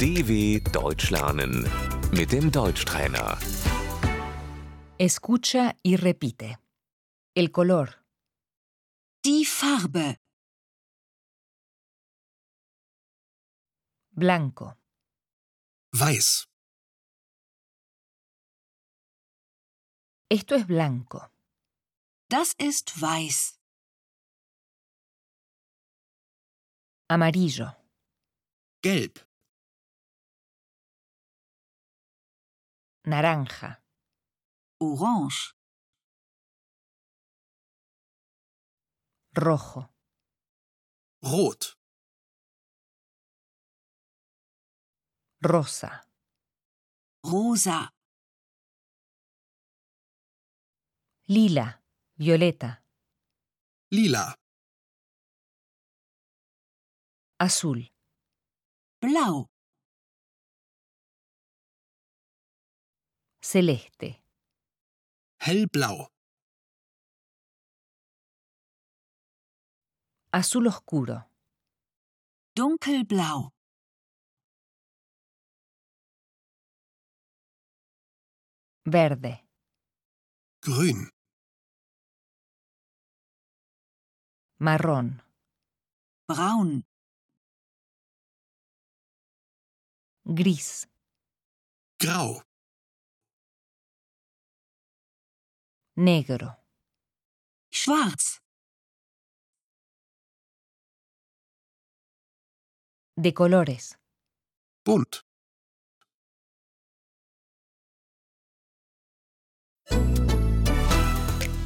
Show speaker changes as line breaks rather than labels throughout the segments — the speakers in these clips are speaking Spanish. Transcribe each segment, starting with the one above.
DW Deutsch lernen mit dem Deutschtrainer.
Escucha y repite. El color,
Die Farbe.
blanco,
Weiß.
esto es blanco,
Das ist weiß.
amarillo,
Gelb.
naranja,
Orange.
rojo,
Rot.
rosa,
Rosa.
lila, violeta,
Lila.
azul,
Blau.
celeste,
Hellblau.
azul oscuro,
Dunkelblau.
verde,
Grün.
marrón,
Braun.
gris,
Grau.
negro,
Schwarz.
de colores,
Bunt.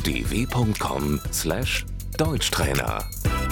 dw.com/deutschtrainer